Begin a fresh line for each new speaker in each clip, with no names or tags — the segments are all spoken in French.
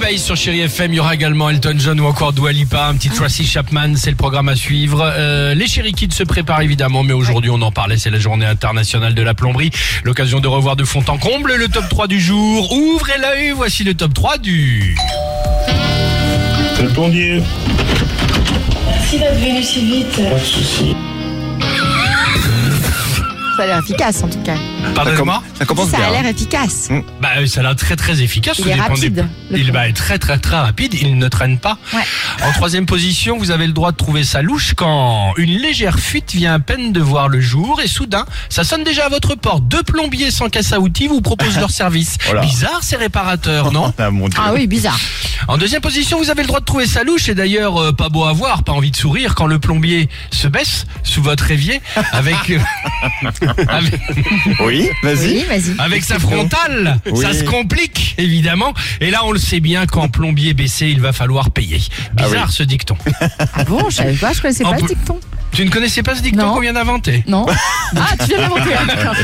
Base sur Chéri FM. Il y aura également Elton John ou encore Dua Lipa, un petit Tracy Chapman. C'est le programme à suivre. Euh, les Chéri Kids se préparent évidemment, mais aujourd'hui on en parlait. C'est la journée internationale de la plomberie. L'occasion de revoir de fond en comble le top 3 du jour. Ouvrez l'œil, voici le top 3 du...
Le plombier,
Merci d'être venu si vite.
pas de soucis.
Ça a l'air efficace en tout cas.
Pardonnez-moi
Ah, bah, Ça commence
Ça a
bien.
l'air efficace.
Bah, euh, ça a l'air très très efficace.
Il
ça
est
dépend des-
rapide, le
Il
pont.
bah, est très très très rapide. Il ne traîne pas.
Ouais.
En troisième position, vous avez le droit de trouver ça louche quand une légère fuite vient à peine de voir le jour et soudain, ça sonne déjà à votre porte. Deux plombiers sans caisse à outils vous proposent leur service.
Oh là.
Bizarre ces réparateurs, non
Ah mon dieu.
Ah oui, bizarre.
En deuxième position, vous avez le droit de trouver ça louche et d'ailleurs euh, pas beau à voir, pas envie de sourire quand le plombier se baisse sous votre évier avec euh, avec,
Oui, vas-y.
Oui, vas-y.
avec sa frontale.
Oui.
Ça se complique évidemment et là on le sait bien qu'en plombier baissé, il va falloir payer.
Ah oui.
Bizarre ce dicton.
Ah bon, je savais pas, je connaissais
On
pas le
peut-
dicton.
Tu ne connaissais pas ce dicton
Non.
qu'on vient d'inventer
Non. Ah, tu viens d'inventer un d'accord.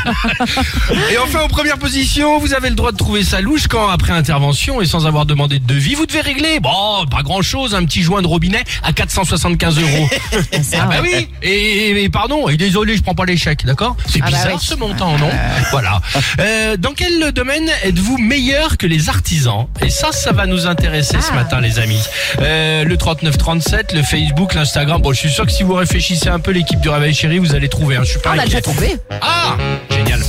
Et enfin, en première position, vous avez le droit de trouver ça louche quand, après intervention et sans avoir demandé de devis, vous devez régler. Bon, pas grand chose, un petit joint de robinet à 475 euros.
Ah, ça,
ah bah
ouais.
oui, et, et- et pardon, et désolé, je prends pas les chèques, d'accord C'est
Ah bah
bizarre
oui.
ce montant, non Voilà. Euh, dans quel domaine êtes-vous meilleur que les artisans Et ça, ça va nous intéresser ce
Ah.
matin, les amis. Euh, le 3937, le Facebook, l'Instagram. Bon, je suis sûr que si vous réfléchissez un peu, l'équipe du Réveil Chéri, vous allez trouver. hein, je suis pas
Ah, on a
inquiet.
déjà trouvé.
Ah Génial